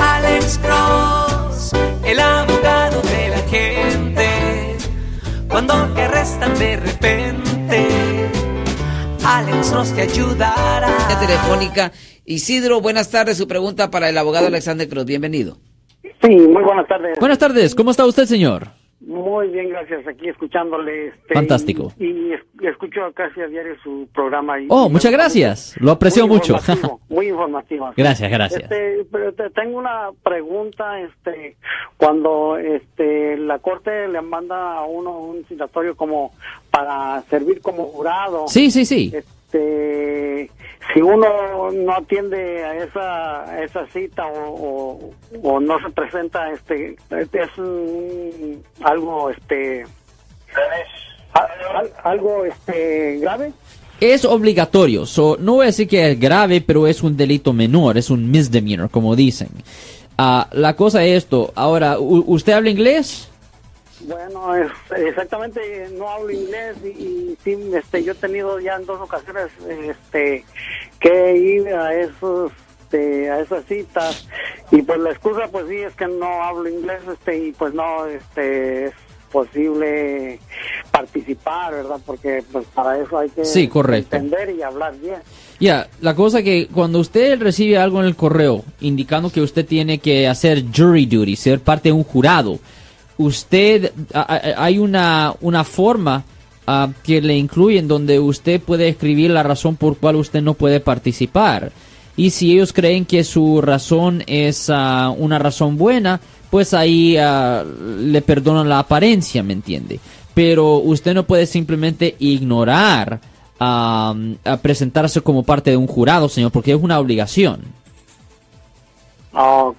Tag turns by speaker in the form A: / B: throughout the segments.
A: Alex Cross, el abogado de la gente. Cuando te arrestan de repente, Alex Cross te ayudará.
B: Línea telefónica. Isidro, buenas tardes. Su pregunta para el abogado Alexander Cruz. Bienvenido.
C: Sí, muy buenas tardes.
D: Buenas tardes, ¿cómo está usted, señor?
C: Muy bien, gracias. Aquí escuchándole. Este,
D: Fantástico.
C: Y, y es- y escucho casi a diario su programa. y-
D: Oh, muchas gracias. Lo aprecio
C: Muy
D: mucho.
C: informativo, muy informativo.
D: Gracias, gracias.
C: Este, pero te- tengo una pregunta. Este, cuando este la corte le manda a uno un citatorio como para servir como jurado.
D: Sí, sí, sí.
C: Este, si uno no atiende a esa, a esa cita o, o- o no se presenta, este, es un- algo, este, a- al- algo, este, grave.
D: Es obligatorio. So, no voy a decir que es grave, pero es un delito menor. Es un misdemeanor, como dicen. Ah, la cosa es esto. Ahora, u- ¿usted habla inglés?
C: Bueno, es- exactamente, no hablo inglés y, y sí, este, yo he tenido ya en dos ocasiones este, que ir a esos este, a esas citas y pues la excusa pues sí es que no hablo inglés este y pues no este es posible participar verdad porque pues para eso hay que
D: Sí, correcto.
C: entender y hablar bien
D: Ya, la cosa que cuando usted recibe algo en el correo indicando que usted tiene que hacer jury duty, ser parte de un jurado, usted a- a- hay una, una forma ah, que le incluyen donde usted puede escribir la razón por cual usted no puede participar. Y si ellos creen que su razón es ah, una razón buena, pues ahí ah, le perdonan la apariencia, ¿me entiende? Pero usted no puede simplemente ignorar a, a presentarse como parte de un jurado, señor, porque es una obligación.
C: Ok,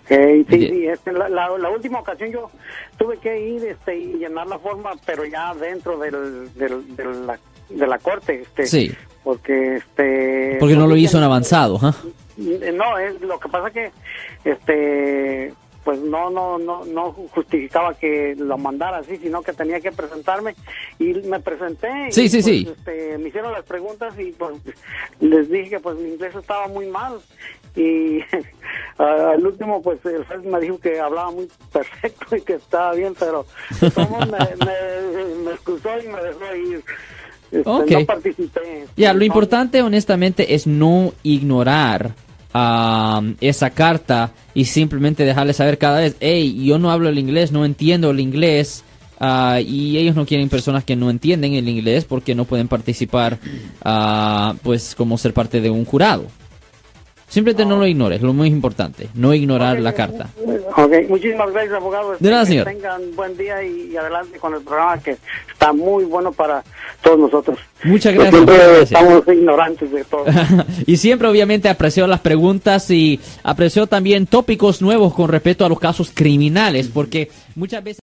C: sí,
D: Ye-
C: sí, este, la, la- la última ocasión yo tuve que ir este, y llenar la forma, pero ya dentro del, del- de, la, de la corte, este,
D: Sí.
C: porque este,
D: Porque no lo hizo en avanzado, ¿ah?
C: Eh, No, es lo que pasa que, este, pues no, no, no, no justificaba que lo mandara así, sino que tenía que presentarme y me presenté. y,
D: Sí, sí,
C: pues,
D: sí.
C: este, me hicieron las preguntas y pues les dije que pues mi inglés estaba muy mal y ah, al último pues el juez me dijo que hablaba muy perfecto y que estaba bien, pero de todos modos, me, me- me excusó y me dejó ir. Este,
D: Ok.
C: No participé.
D: Ya, lo
C: No-
D: importante, honestamente, es no ignorar am, esa carta y simplemente dejarle saber cada vez, hey, yo no hablo el inglés, no entiendo el inglés. ah, y ellos no quieren personas que no entienden el inglés porque no pueden participar, ah, pues, como ser parte de un jurado. Simplemente no lo ignores, lo muy importante, no ignorar la carta.
C: Ok, muchísimas gracias, abogado.
D: De nada,
C: Que
D: señor.
C: Tengan buen día y, y adelante con el programa que está muy bueno para todos nosotros.
D: Muchas
C: Que
D: gracias,
C: siempre
D: muchas gracias.
C: Estamos ignorantes de todo.
D: y siempre obviamente apreció las preguntas y apreció también tópicos nuevos con respecto a los casos criminales, porque muchas veces...